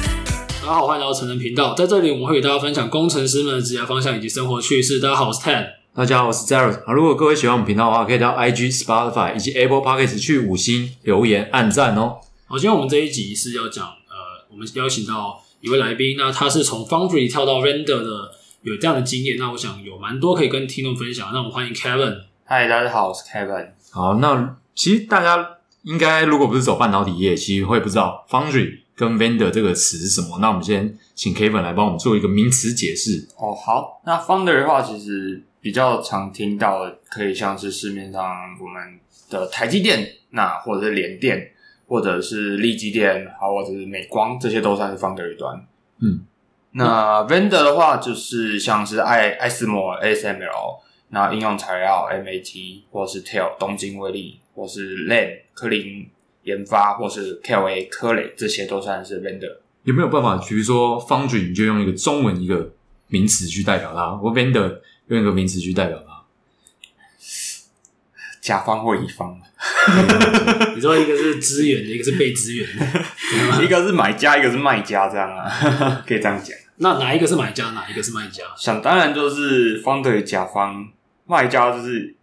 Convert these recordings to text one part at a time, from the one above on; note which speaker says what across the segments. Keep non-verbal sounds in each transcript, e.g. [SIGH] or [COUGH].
Speaker 1: 大家好，欢迎来到成人频道，在这里我们会与大家分享工程师们的职业方向以及生活趣事。大家好，我是 Ted。
Speaker 2: 大家好，我是 Jared。啊，如果各位喜欢我们频道的话，可以到 IG、Spotify 以及 Apple Podcast 去五星留言、按赞哦。
Speaker 1: 好，今天我们这一集是要讲，呃，我们邀请到一位来宾，那他是从 Foundry 跳到 Render 的，有这样的经验。那我想有蛮多可以跟听众分享。那我们欢迎 Kevin。
Speaker 3: 嗨，大家好，我是 Kevin。
Speaker 2: 好，那其实大家应该如果不是走半导体业，其实会不知道 Foundry 跟 Vendor 这个词是什么。那我们先请 Kevin 来帮我们做一个名词解释。
Speaker 3: 哦，好，那 founder 的话，其实比较常听到的，可以像是市面上我们的台积电，那或者是联电，或者是力积电，好，或者是美光，这些都算是 founder 端。
Speaker 2: 嗯，
Speaker 3: 那 vendor 的话，就是像是爱爱斯摩 ASML，那应用材料 MAT，或是 TEL 东京威力，或是 LAN 科林研发，或是 KLA 科磊，这些都算是 vendor。
Speaker 2: 有没有办法，比如说 Foundry，你就用一个中文一个名词去代表它，或 Vendor 用一个名词去代表它？
Speaker 3: 甲方或乙方， [LAUGHS]
Speaker 1: 你知道一个是资源，一个是被资源，
Speaker 3: 一个是买家，一个是卖家，这样啊， [LAUGHS] 可以这样讲。
Speaker 1: 那哪一个是买家，哪一个是卖家？
Speaker 3: 想当然就是 founder 甲方，卖家就是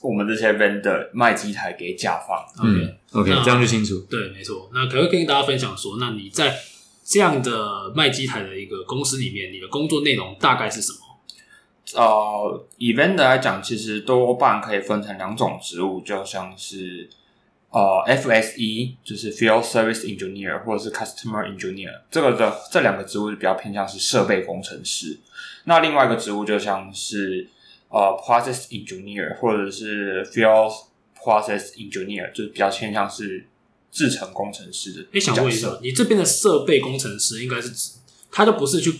Speaker 3: 我们这些 vendor 卖机台给甲方。
Speaker 1: OK
Speaker 2: 嗯，OK，
Speaker 1: 那
Speaker 2: 这样就清楚。
Speaker 1: 对，没错。那可不可以跟大家分享说，那你在这样的卖机台的一个公司里面，你的工作内容大概是什么？
Speaker 3: 呃，以 vendor 来讲，其实多半可以分成两种职务，就像是呃 FSE 就是 Field Service Engineer 或者是 Customer Engineer，这个的这两个职务比较偏向是设备工程师。那另外一个职务就像是呃 Process Engineer 或者是 Field Process Engineer，就是比较偏向是制程工程师的角色。
Speaker 1: 哎，想问一下，你这边的设备工程师应该是指，他就不是去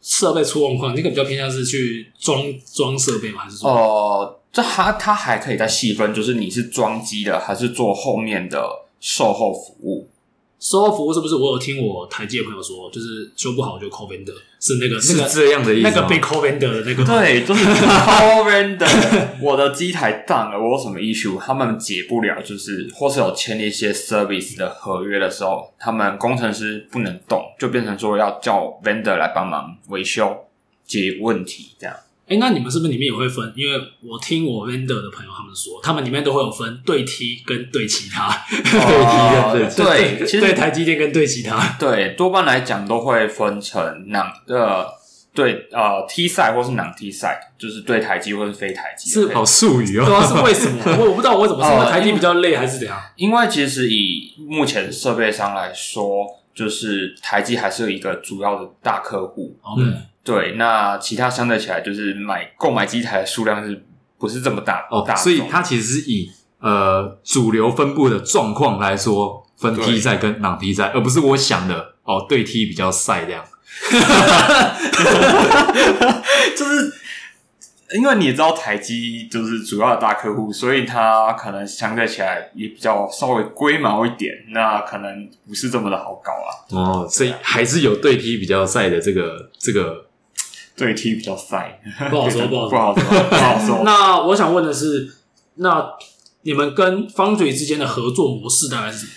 Speaker 1: 设备出状况，这个比较偏向是去装装设备吗？还是说，
Speaker 3: 呃，这还它还可以再细分，就是你是装机的还是做后面的售后服务？
Speaker 1: 售后服务是不是？我有听我台积的朋友说，就是修不好就 c o v e n d e r 是那个
Speaker 2: 是
Speaker 1: 那个
Speaker 2: 这样的意思
Speaker 1: 那
Speaker 2: 吗？
Speaker 1: 个被 c o v e n d e r 的那个吗，
Speaker 3: 对，就是超 random。我 [LAUGHS] 的机台当了，我有什么 issue，他们解不了，就是或是有签一些 service 的合约的时候，他们工程师不能动，就变成说要叫 vendor 来帮忙维修解问题这样。
Speaker 1: 哎、那你们是不是里面也会分？因为我听我 vendor 的朋友他们说，他们里面都会有分对 T 跟对其他，
Speaker 3: 哦
Speaker 2: 对
Speaker 3: 对，其实
Speaker 1: 对台积电跟对其他。
Speaker 3: 对，多半来讲都会分成两呃，对呃 T 赛或是 non T 赛，就是对台积或是非台积。
Speaker 1: 是
Speaker 3: 对
Speaker 2: 好术语哦。
Speaker 1: 对啊，是为什么？ [LAUGHS] 我我不知道我怎么是
Speaker 3: 哦
Speaker 1: 那台积比较累还是怎样？
Speaker 3: 因为其实以目前设备商来说，就是台积还是有一个主要的大客户。
Speaker 1: 嗯，
Speaker 3: [LAUGHS] 对，那其他相对起来，就是买购买机台的数量是不是这么大？
Speaker 2: 哦
Speaker 3: 大，众
Speaker 2: 所以它其实是以呃主流分布的状况来说分
Speaker 3: 对
Speaker 2: T 赛跟 non T 赛，而不是我想的哦对 T 比较赛这样。
Speaker 3: 就是因为你也知道台积就是主要的大客户，所以它可能相对起来也比较稍微龟毛一点，那可能不是这么的好搞啊。
Speaker 2: 哦，所以还是有对 T 比较赛的这个这个
Speaker 3: 对 T 比较塞，
Speaker 1: 不好说，不好
Speaker 3: 不
Speaker 1: 说。
Speaker 3: 好说，不好说。 [LAUGHS]
Speaker 1: 那我想问的是，那你们跟方嘴之间的合作模式大概是什么？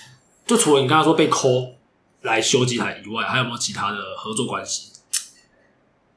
Speaker 1: 就除了你刚刚说被抠来修机台以外，还有没有其他的合作关系？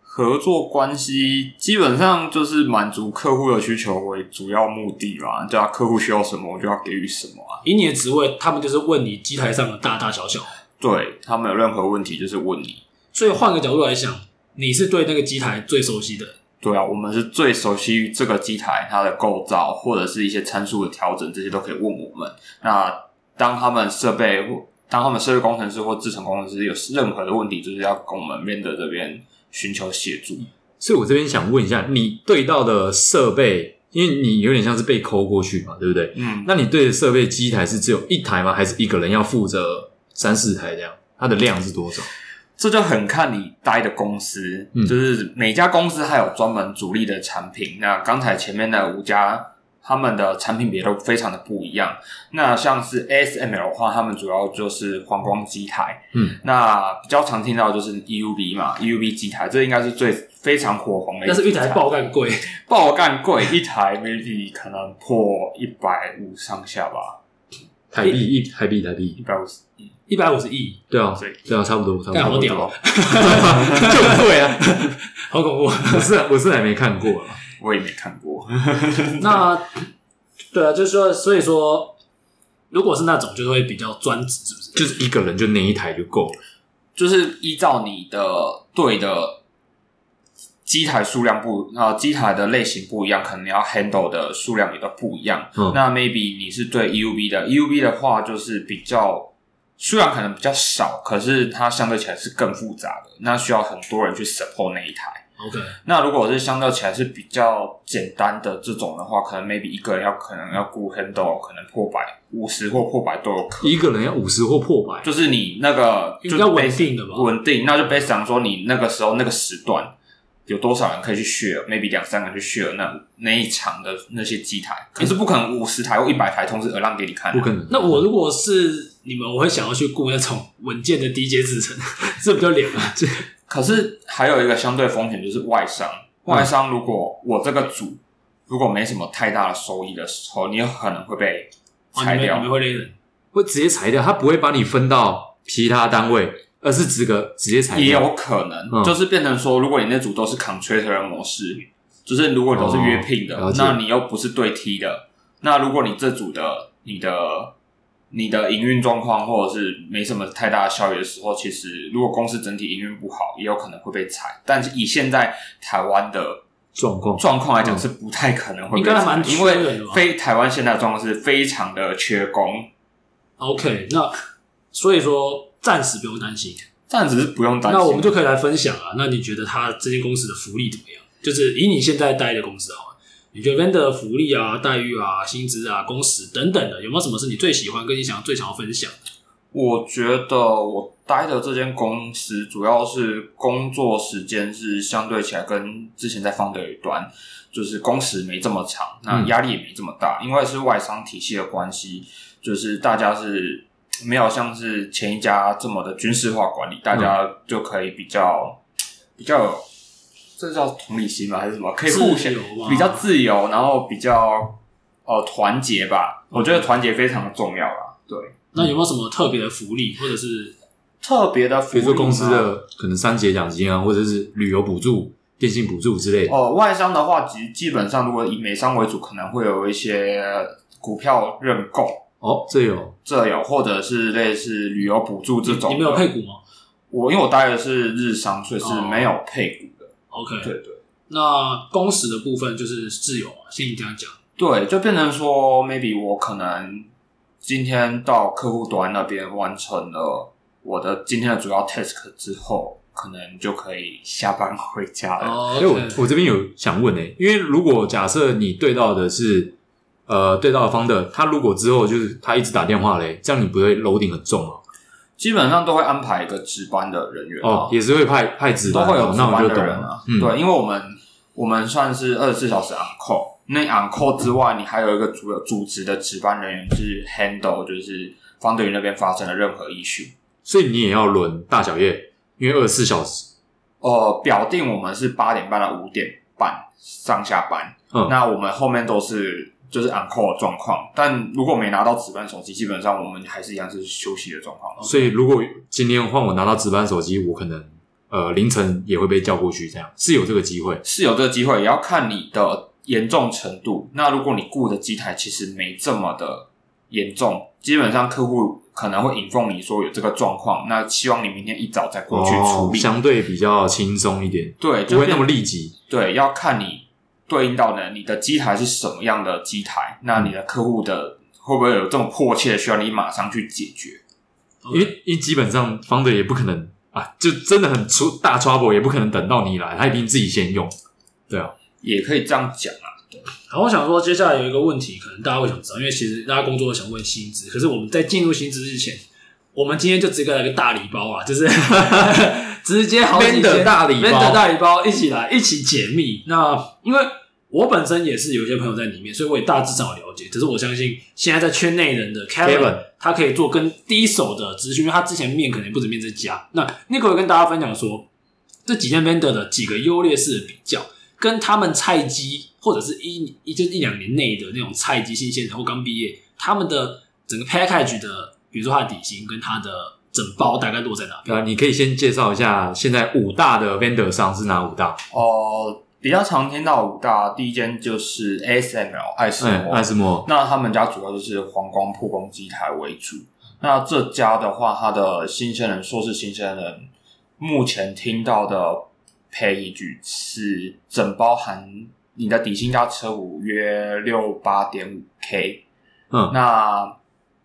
Speaker 3: 合作关系基本上就是满足客户的需求为主要目的吧，对啊，客户需要什么，我就要给予什么啊。
Speaker 1: 以你的职位，他们就是问你机台上的大大小小。
Speaker 3: 对他们有任何问题就是问你。
Speaker 1: 所以换个角度来想，你是对那个机台最熟悉的人，
Speaker 3: 对啊，我们是最熟悉于这个机台它的构造，或者是一些参数的调整，这些都可以问我们。那当他们设备或当他们设备工程师或制程工程师有任何的问题，就是要跟我们面对这边寻求协助。
Speaker 2: 所以我这边想问一下，你对到的设备，因为你有点像是被抠过去嘛，对不对？
Speaker 3: 嗯，
Speaker 2: 那你对的设备机台是只有一台吗？还是一个人要负责三四台这样？它的量是多少？
Speaker 3: 这就很看你待的公司，
Speaker 2: 嗯
Speaker 3: 就是每家公司它有专门主力的产品。那刚才前面的五家，他们的产品别都非常的不一样。那像是 ASML 的话，他们主要就是黄光机台，
Speaker 2: 嗯，
Speaker 3: 那比较常听到就是 EUV 嘛，EUV 机台，这应该是最非常火红的。
Speaker 1: 但是一台爆干贵， [LAUGHS]
Speaker 3: 爆干贵，一台 maybe 可能破一百五上下吧。
Speaker 2: 台币一台币台币
Speaker 3: 一，百五十亿，
Speaker 1: 一百五十亿，
Speaker 2: 对啊
Speaker 3: 所以，
Speaker 2: 对啊，差不多，差不
Speaker 1: 干好
Speaker 2: 多，
Speaker 1: 屌
Speaker 3: 多，
Speaker 2: 就对啊，
Speaker 1: [LAUGHS] 好恐怖。
Speaker 2: 我是我是还没看过啊，
Speaker 3: 我也没看过。
Speaker 1: 那对啊，就是说，所以说，如果是那种，就会比较专职，是不是？
Speaker 2: 就是一个人就那一台就够了，
Speaker 3: 就是依照你的对的机台数量不，呃，机台的类型不一样，可能你要 handle 的数量也都不一样。
Speaker 2: 嗯
Speaker 3: 那 maybe 你是对 EUV 的，EUV 的话就是比较数量可能比较少，可是它相对起来是更复杂的，那需要很多人去 support 那一台。
Speaker 1: OK，
Speaker 3: 那如果是相较起来是比较简单的这种的话，可能 maybe 一个人要可能要顾 handle 可能破百五十或破百都有可能。
Speaker 2: 一个人要五十或破百，
Speaker 3: 就是你那个
Speaker 1: 应该稳
Speaker 3: base-
Speaker 1: 定的吧
Speaker 3: 稳定，那就 base 上说你那个时候那个时段有多少人可以去 share，maybe 两三个人去 share 那那一场的那些机
Speaker 1: 嗯
Speaker 3: 台，可是不可能五十台或一百台同时耳浪给你看、啊
Speaker 2: 不可。能。
Speaker 1: 那我如果是你们，我会想要去雇那种稳健的 DJ 制成， [LAUGHS] 这比
Speaker 3: [LAUGHS]
Speaker 1: 较啊脸嘛。这
Speaker 3: 可是还有一个相对风险就是外商，
Speaker 1: 嗯
Speaker 3: 外商如果我这个组如果没什么太大的收益的时候，你有可能会被
Speaker 1: 哦，
Speaker 3: 裁
Speaker 1: 你们
Speaker 3: 掉。
Speaker 1: 你们会累人。
Speaker 2: 会直接裁掉，他不会把你分到其他单位，而是直个直接裁
Speaker 3: 也
Speaker 2: 掉。
Speaker 3: 有可能，
Speaker 2: 嗯
Speaker 3: 就是变成说，如果你那组都是 contractor 模式，就是如果你都是约聘的，
Speaker 2: 哦了解
Speaker 3: 那你又不是对 T 的，那如果你这组的你的你的营运状况或者是没什么太大的效益的时候，其实如果公司整体营运不好，也有可能会被裁。但是以现在台湾的
Speaker 2: 状况
Speaker 3: 状况来讲，是不太可能会被
Speaker 1: 嗯应该
Speaker 3: 裁
Speaker 1: 蛮，
Speaker 3: 因
Speaker 1: 缺人
Speaker 3: 为
Speaker 1: 的吧
Speaker 3: 非台湾现在的状况是非常的缺工，
Speaker 1: OK，那所以说暂时不用担心。
Speaker 3: 暂时是不用担心。
Speaker 1: 那我们就可以来分享啊。那你觉得他这间公司的福利怎么样？就是以你现在待的公司好了，你觉得 Vendor 的福利啊、待遇啊、薪资啊、工时等等的，有没有什么是你最喜欢、跟你想最想要分享的？
Speaker 3: 我觉得我待的这间公司主要是工作时间是相对起来跟之前在方德有端，就是工时没这么长，那
Speaker 2: 嗯
Speaker 3: 压力也没这么大，因为是外商体系的关系，就是大家是没有像是前一家这么的军事化管理，大家就可以比较比较有，这叫同理心吗？还是什么？可以互
Speaker 1: 自
Speaker 3: 相
Speaker 1: 由吗？
Speaker 3: 比较自由，然后比较呃团结吧。我觉得团结非常的重要啦，对。
Speaker 1: 那有没有什么特别的福利，或者是
Speaker 3: 特别的福
Speaker 2: 比
Speaker 3: 利
Speaker 2: 如
Speaker 3: 吗，
Speaker 2: 说公司的可能三节奖金啊，或者是旅游补助、电信补助之类的。
Speaker 3: 哦，外商的话，基基本上如果以美商为主，可能会有一些股票认购，
Speaker 2: 哦，这有
Speaker 3: 这有或者是类似旅游补助这种。
Speaker 1: 你们有配？股吗
Speaker 3: 我因为我待的是日商，所以是
Speaker 1: 哦
Speaker 3: 没有配股的。
Speaker 1: ？OK，
Speaker 3: 对对
Speaker 1: 那工时的部分就是自由啊，先你这样讲。
Speaker 3: 对，就变成说，maybe 我可能今天到客户端那边完成了我的今天的主要 task 之后，可能就可以下班回家了。
Speaker 1: 哦
Speaker 2: 哎、我我这边有想问诶、欸因为如果假设你对到的是呃对到的方的，他如果之后就是他一直打电话嘞，这样你不会楼顶很重啊吗？
Speaker 3: 基本上都会安排一个值班的人员
Speaker 2: 哦，也是会派派值
Speaker 3: 都
Speaker 2: 班，
Speaker 3: 会有
Speaker 2: 哦
Speaker 3: 值
Speaker 2: 那我
Speaker 3: 班
Speaker 2: 就
Speaker 3: 的
Speaker 2: 懂
Speaker 3: 人
Speaker 2: 了
Speaker 3: 啊。。
Speaker 2: 嗯，
Speaker 3: 对，因为我们我们算是二十四小时 on call，那 on call 之外，你还有一个主组织的值班人员是 handle，就是方队员那边发生的任何 issue。
Speaker 2: 所以你也要轮大小夜，因为二十四小时。
Speaker 3: 呃，表定我们是八点半到五点半上下班，
Speaker 2: 嗯
Speaker 3: 那我们后面都是就是 on call 的状况，但如果没拿到值班手机，基本上我们还是一样是休息的状况。
Speaker 2: 所以如果今天换我拿到值班手机，我可能呃凌晨也会被叫过去，这样是有这个机会。
Speaker 3: 是有这个机会，也要看你的严重程度。那如果你雇的机台其实没这么的严重，基本上客户可能会引奉你说有这个状况，那希望你明天一早再过去处理。
Speaker 2: 哦相对比较轻松一点，
Speaker 3: 对，
Speaker 2: 不
Speaker 3: 就
Speaker 2: 会那
Speaker 3: 变
Speaker 2: 么立即。
Speaker 3: 对，要看你对应到的你的机台是什么样的机台，那你的客户的会不会有这么迫切的需要你马上去解决？
Speaker 2: 因为因为基本上方的也不可能啊，就真的很出大 trouble，也不可能等到你来，他一定自己先用。对啊，
Speaker 3: 也可以这样讲啊，
Speaker 1: 好，我想说，接下来有一个问题，可能大家会想知道，因为其实大家工作都想问薪资，可是我们在进入薪资之前，我们今天就直接来个大礼包啊，就是 [LAUGHS] 直接好几
Speaker 2: Vendor
Speaker 1: 间
Speaker 2: 大礼包
Speaker 1: Vendor 大礼包一起来一起解密。那因为我本身也是有一些朋友在里面，所以我也大致上有了解。只是我相信现在在圈内人的 Kevin，,
Speaker 2: Kevin
Speaker 1: 他可以做跟第一手的资讯，因为他之前面可能不止面这家。那 n i c o 跟大家分享说，这几件 vendor 的几个优劣势的比较，跟他们菜鸡或者是一一就是一两年内的那种菜鸡新鲜人或刚毕业，他们的整个 package 的，比如说它的底薪跟它的整包大概落在哪边？
Speaker 2: 呃，你可以先介绍一下现在五大的 vendor 上是哪五大？
Speaker 3: 哦，比较常听到五大，第一间就是 ASML 爱斯
Speaker 2: 嗯，
Speaker 3: 摩，
Speaker 2: 爱斯摩，
Speaker 3: 那他们家主要就是黄光破功机台为主。那这家的话，它的新鲜人硕士新鲜人，目前听到的 page 是整包含你的底薪加车五约六八点五 k，
Speaker 2: 嗯，
Speaker 3: 那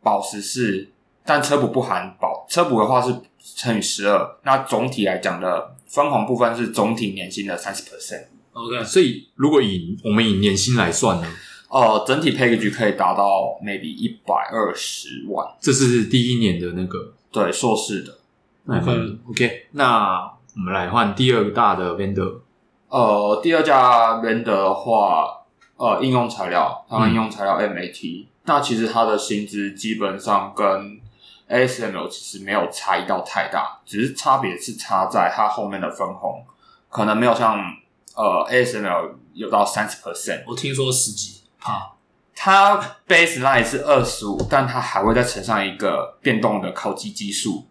Speaker 3: 宝石是，但车补不含保车补的话是乘以十二。那总体来讲的分红部分是总体年薪的三十 percent。
Speaker 1: OK，
Speaker 2: 所以如果以我们以年薪来算呢，
Speaker 3: 呃，整体 package 可以达到 maybe 一百二十万。
Speaker 2: 这是第一年的那个
Speaker 3: 对，硕士的。
Speaker 1: OK
Speaker 2: OK，那我们来换第二大的 vendor，
Speaker 3: 呃，第二家 Rand 的话，呃，应用材料，它的
Speaker 2: 嗯
Speaker 3: 应用材料 MAT，、那其实它的薪资基本上跟 ASML 其实没有差异到太大，只是差别是差在它后面的分红，可能没有像呃 ASML 有到三十 percent，
Speaker 1: 我听说十几啊，
Speaker 3: 它 baseline 是二十五，但它还会再乘上一个变动的烤鸡基数。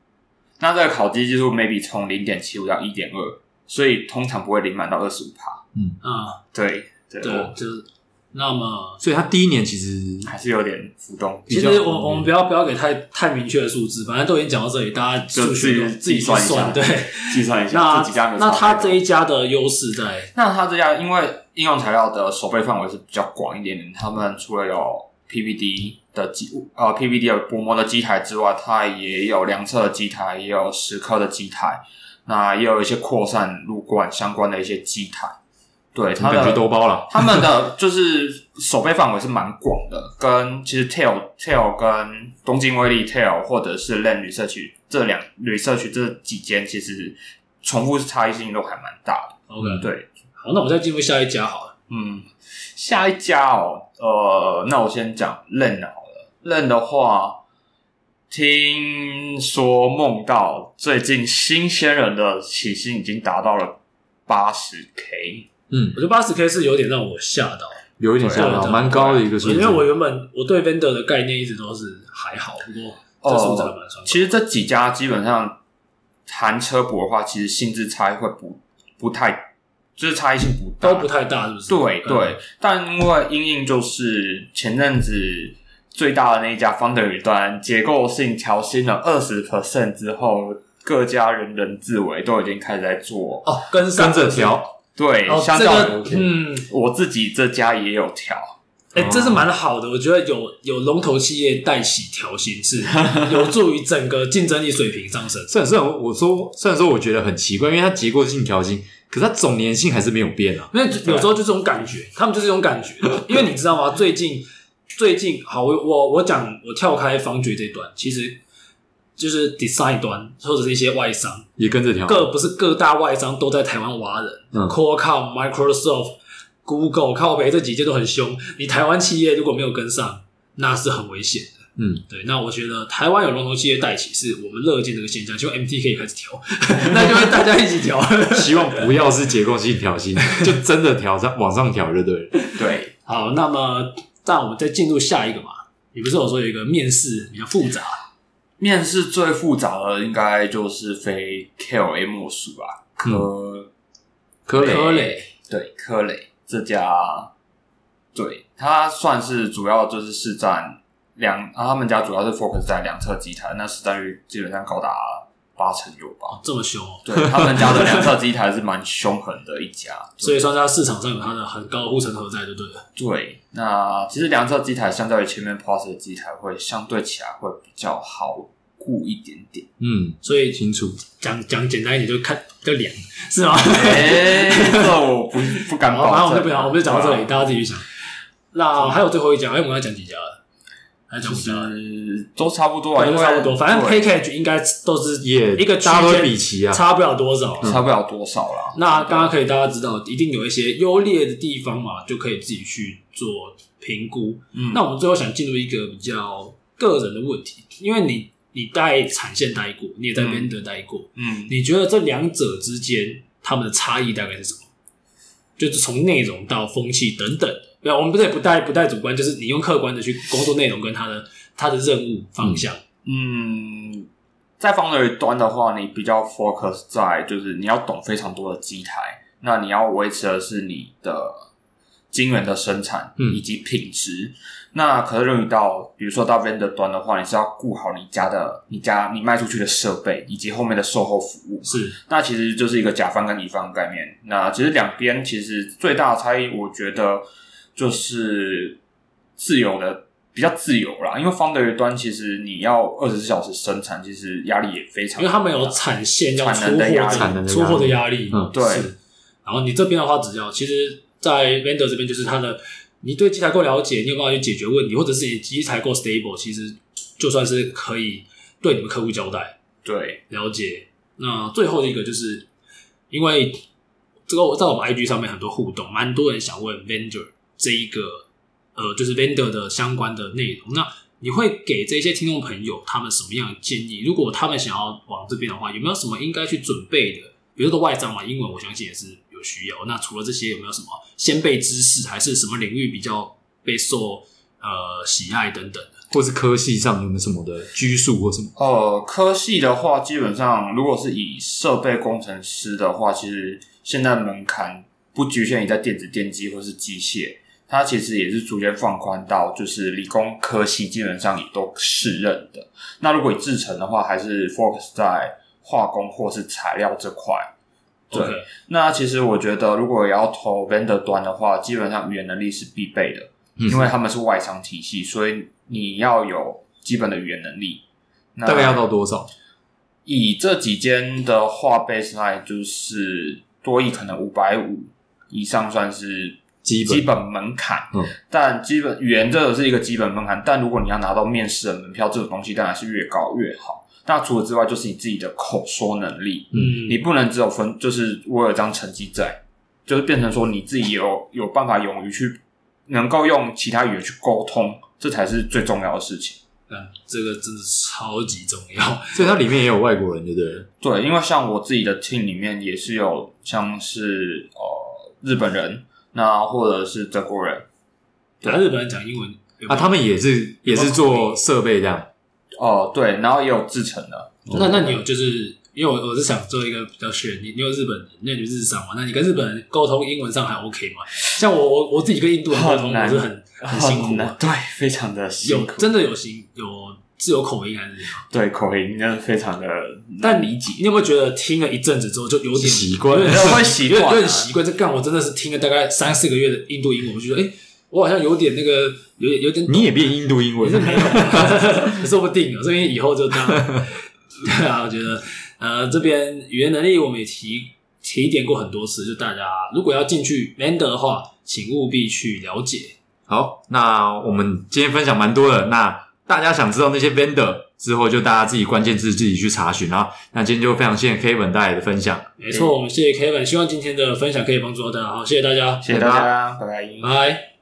Speaker 3: 那这个烤鸡基数 maybe 从零点七五到一点二，所以通常不会零满到二十五趴。
Speaker 1: 啊，
Speaker 3: 对对，
Speaker 1: 对，
Speaker 3: 我
Speaker 1: 就是那么。
Speaker 2: 所以他第一年其实
Speaker 3: 还是有点浮动。
Speaker 1: 其
Speaker 2: 比
Speaker 1: 实
Speaker 2: 较
Speaker 1: 我我
Speaker 3: 嗯
Speaker 1: 们不要不要给太太明确的数字，反正都已经讲到这里，大家
Speaker 3: 就
Speaker 1: 数学
Speaker 3: 自己
Speaker 1: 自己去
Speaker 3: 计算一下
Speaker 1: 对，
Speaker 3: 计算一
Speaker 1: 那
Speaker 3: 下，这几家没有
Speaker 1: 那
Speaker 3: 差太
Speaker 1: 它
Speaker 3: 多
Speaker 1: 这一家的优势在
Speaker 3: 那它这家因为应用材料的手背范围是比较广一点点，他们除了有 PVD 的机呃 PVD 的薄膜的机台之外，它也有量测的机台，也有蚀刻的机台，那也有一些扩散路管相关的一些机台。对，它的
Speaker 2: 感觉都包了，
Speaker 3: 他们的就是守备范围是蛮广的，跟其实 Tail Tail 跟东京威力 Tail 或者是 Land Research 这两 Research 这几间其实重复差异性都还蛮大的。
Speaker 1: OK。
Speaker 3: 嗯对，
Speaker 1: 好，那我们再进入下一家好了。
Speaker 3: 嗯，下一家哦，呃，那我先讲 Land 好了。Land 的话，听说梦到最近新鲜人的起薪已经达到了八十 K，
Speaker 2: 嗯，啊
Speaker 1: 我觉得八十 K 是有点让我吓到，
Speaker 2: 有一点吓
Speaker 1: 对
Speaker 2: 到，
Speaker 1: 对
Speaker 2: 蛮高的一个数字，
Speaker 1: 因为我原本我对 vendor 的概念一直都是还好，不过这数字还蛮爽。
Speaker 3: 哦其实这几家基本上含车补的话，其实薪资差异会不不太，就是差异性不大，
Speaker 1: 都不太大，是不是？
Speaker 3: 对
Speaker 1: 嗯
Speaker 3: 对。但因为因应就是前阵子最大的那一家方的云端结构性调薪了二十 percent 之后，各家人人自危都已经开始在做，
Speaker 1: 哦，跟上
Speaker 2: 跟着，调，
Speaker 3: 对，
Speaker 1: 哦，
Speaker 3: 相
Speaker 1: 这
Speaker 3: 较于、
Speaker 1: 个
Speaker 2: OK
Speaker 1: 嗯，
Speaker 3: 我自己这家也有调，
Speaker 1: 哎、
Speaker 2: 哦
Speaker 1: 这是蛮好的，我觉得有有龙头企业带起调
Speaker 3: [LAUGHS]
Speaker 1: 薪是有助于整个竞争力水平上升。
Speaker 2: 虽然虽然我我说虽然说我觉得很奇怪，因为它结构性调薪，可是它总年薪还是没有变啊，
Speaker 1: 因为有时候就这种感觉，他们就是这种
Speaker 3: [LAUGHS]
Speaker 1: 感觉，因为你知道吗？最近最近好，我我我讲我跳开防掘这一段，其实就是 design 端或者是一些外商，
Speaker 2: 也跟着调，
Speaker 1: 各不是各大外商都在台湾挖人、
Speaker 2: 啊嗯
Speaker 1: c o r e c o m Microsoft、Google、靠北这几届都很凶。你台湾企业如果没有跟上，那是很危险的。
Speaker 2: 嗯，
Speaker 1: 对。那我觉得台湾有龙头企业带起，是我们乐见这个现象。希望 MT 可以开始调， [LAUGHS] 那就会大家一起调。
Speaker 2: 希望不要是结构性调 [LAUGHS] 薪，就真的调上往上调就对了。
Speaker 3: 对，
Speaker 1: [LAUGHS] 好，那么那我们再进入下一个嘛。你不是有说有一个面试比较复杂？
Speaker 3: 面试最复杂的应该就是非 KOA 莫属吧，科、
Speaker 2: 科磊
Speaker 1: 科磊
Speaker 3: 对科磊这家，对它算是主要就是市占两、啊，他们家主要是 focus 在两侧机台，那市占率基本上高达八成有吧。
Speaker 1: 这么凶、哦，
Speaker 3: 对他们家的两侧机台是蛮凶狠的一家，
Speaker 1: 所以说它市场上有它的很高的护城河在，就对了。
Speaker 3: 对，那其实两侧机台相较于前面 POS 的机台会相对起来会比较好顾一点点。
Speaker 2: 嗯，
Speaker 1: 所以
Speaker 2: 清楚。
Speaker 1: 讲讲简单一点，就看就凉，是吗？
Speaker 3: 哎、这我不不敢
Speaker 1: 好，
Speaker 3: 保证。
Speaker 1: 反正我们就不讲，我们就讲到这里，
Speaker 3: 对啊。
Speaker 1: 大家自己去想。那还有最后一家，哎，我们要讲几家了？还讲
Speaker 3: 就
Speaker 1: 五家了，
Speaker 3: 是都差不多啊，
Speaker 1: 反
Speaker 3: 因
Speaker 1: 正
Speaker 3: 为
Speaker 1: 差不多，反正
Speaker 3: 对
Speaker 1: package 应该都是
Speaker 2: 也
Speaker 1: 一个区
Speaker 2: 大家都会比
Speaker 1: 间，
Speaker 2: 齐啊，
Speaker 1: 差不了多少。
Speaker 3: 差不了多少啦。
Speaker 1: 那刚刚可以大家知道，一定有一些优劣的地方嘛，就可以自己去做评估。
Speaker 3: 嗯
Speaker 1: 那我们最后想进入一个比较个人的问题，因为你你在产线待过，你也在
Speaker 3: 嗯
Speaker 1: vendor 待过，
Speaker 3: 嗯，
Speaker 1: 你觉得这两者之间他们的差异大概是什么？就是从内容到风气等等的。对啊，我们不是也不带不带主观，就是你用客观的去工作内容跟他的它的任务方向。
Speaker 3: 嗯，在 Foundry 端的话，你比较 focus 在就是你要懂非常多的机台，那你要维持的是你的晶圆的生产
Speaker 1: 嗯
Speaker 3: 以及品质。那可是论于到，比如说到 vendor 端的话，你是要顾好你家的、你家你卖出去的设备以及后面的售后服务。
Speaker 1: 是，
Speaker 3: 那其实就是一个甲方跟乙方的概念。那其实两边其实最大的差异，我觉得就是自由的比较自由啦，因为方德云端其实你要二十四小时生产，其实压力也非常大，
Speaker 1: 因为他们有产线要出
Speaker 3: 产
Speaker 1: 货
Speaker 3: 能的压力
Speaker 2: 产能的压力
Speaker 1: 出货的压力，
Speaker 2: 嗯
Speaker 3: 对
Speaker 1: 是然后你这边的话，只要其实，在 vendor 这边就是它的，你对机台够了解，你有办法去解决问题，或者是你机台够 stable，其实就算是可以对你们客户交代。
Speaker 3: 对
Speaker 1: 了解。那最后一个就是，因为这个我在我们 IG 上面很多互动，蛮多人想问 vendor 这一个呃，就是 vendor 的相关的内容。那你会给这些听众朋友他们什么样的建议？如果他们想要往这边的话，有没有什么应该去准备的？比如说外商嘛，英文我相信也是有需要。那除了这些，有没有什么先辈知识，还是什么领域比较备受呃喜爱等等的？
Speaker 2: 或是科系上有没有什么的拘束或什么？
Speaker 3: 呃，科系的话，基本上如果是以设备工程师的话，其实现在门槛不局限于在电子电机或是机械，它其实也是逐渐放宽到就是理工科系基本上也都适任的。那如果以制成的话，还是 focus 在化工或是材料这块。对
Speaker 1: OK，
Speaker 3: 那其实我觉得，如果要投 vendor 端的话，基本上语言能力是必备的，
Speaker 2: 嗯
Speaker 3: 因为他们是外商体系，所以你要有基本的语言能力。那
Speaker 2: 大概要到多少？
Speaker 3: 以这几间的话，baseline 就是多益可能五百五以上算是
Speaker 2: 基本
Speaker 3: 基本门槛。
Speaker 2: 嗯
Speaker 3: 但基本语言这个是一个基本门槛，但如果你要拿到面试的门票，这种东西当然是越高越好。那除此之外，就是你自己的口说能力，
Speaker 1: 嗯，
Speaker 3: 你不能只有分，就是我有一张成绩在，就是变成说你自己有有办法勇于去，能够用其他语言去沟通，这才是最重要的事情。
Speaker 1: 嗯，这个真的超级重要。
Speaker 2: 所以它里面也有外国人，对不对了？
Speaker 3: 对，因为像我自己的 team 里面也是有像是呃日本人，那或者是德国人，
Speaker 1: 对，
Speaker 3: 啊
Speaker 1: 日本人讲英文
Speaker 2: 啊，他们也是也是做设备这样，
Speaker 3: 哦、对，然后也有制成的，
Speaker 1: 那那
Speaker 3: 哦
Speaker 1: 你有就是因为我我是想做一个比较选，你你有日本人，那你日商嘛，那你跟日本人沟通英文上还 OK 吗？像我我我自己跟印度人沟通，
Speaker 3: 很
Speaker 1: 我
Speaker 3: 难 [LAUGHS]
Speaker 1: 是很很辛苦
Speaker 3: 很
Speaker 1: 的
Speaker 3: 难，哦对，非常的辛
Speaker 1: 有
Speaker 3: 苦，
Speaker 1: 真的有辛有是有口音还是怎样？
Speaker 3: 对口音真的非常的
Speaker 1: 但你你有没有觉得听了一阵子之后就有点
Speaker 2: 习惯
Speaker 1: 有点
Speaker 3: 人会习
Speaker 1: 有点
Speaker 3: 惯、
Speaker 1: 有
Speaker 3: 啊，
Speaker 1: 点习惯？这干我真的是听了大概三四个月的印度英文，我就觉得哎、诶我好像有点那个有点有点懂
Speaker 2: 你也变印度英文
Speaker 1: 也是没有， [LAUGHS] 说不定哦，所以以后就当。 [LAUGHS] 对啊，我觉得呃，这边语言能力我们也提提点过很多次，就大家如果要进去 Land 的话，请务必去了解。
Speaker 2: 好，那我们今天分享蛮多的，那大家想知道那些 vendor 之后，就大家自己关键字自己去查询啊。那今天就非常谢谢 Kevin 带来的分享，
Speaker 1: 没错，我们谢谢 Kevin，希望今天的分享可以帮助到大家。好，谢谢大家，
Speaker 3: 谢谢大家，拜拜
Speaker 1: 拜。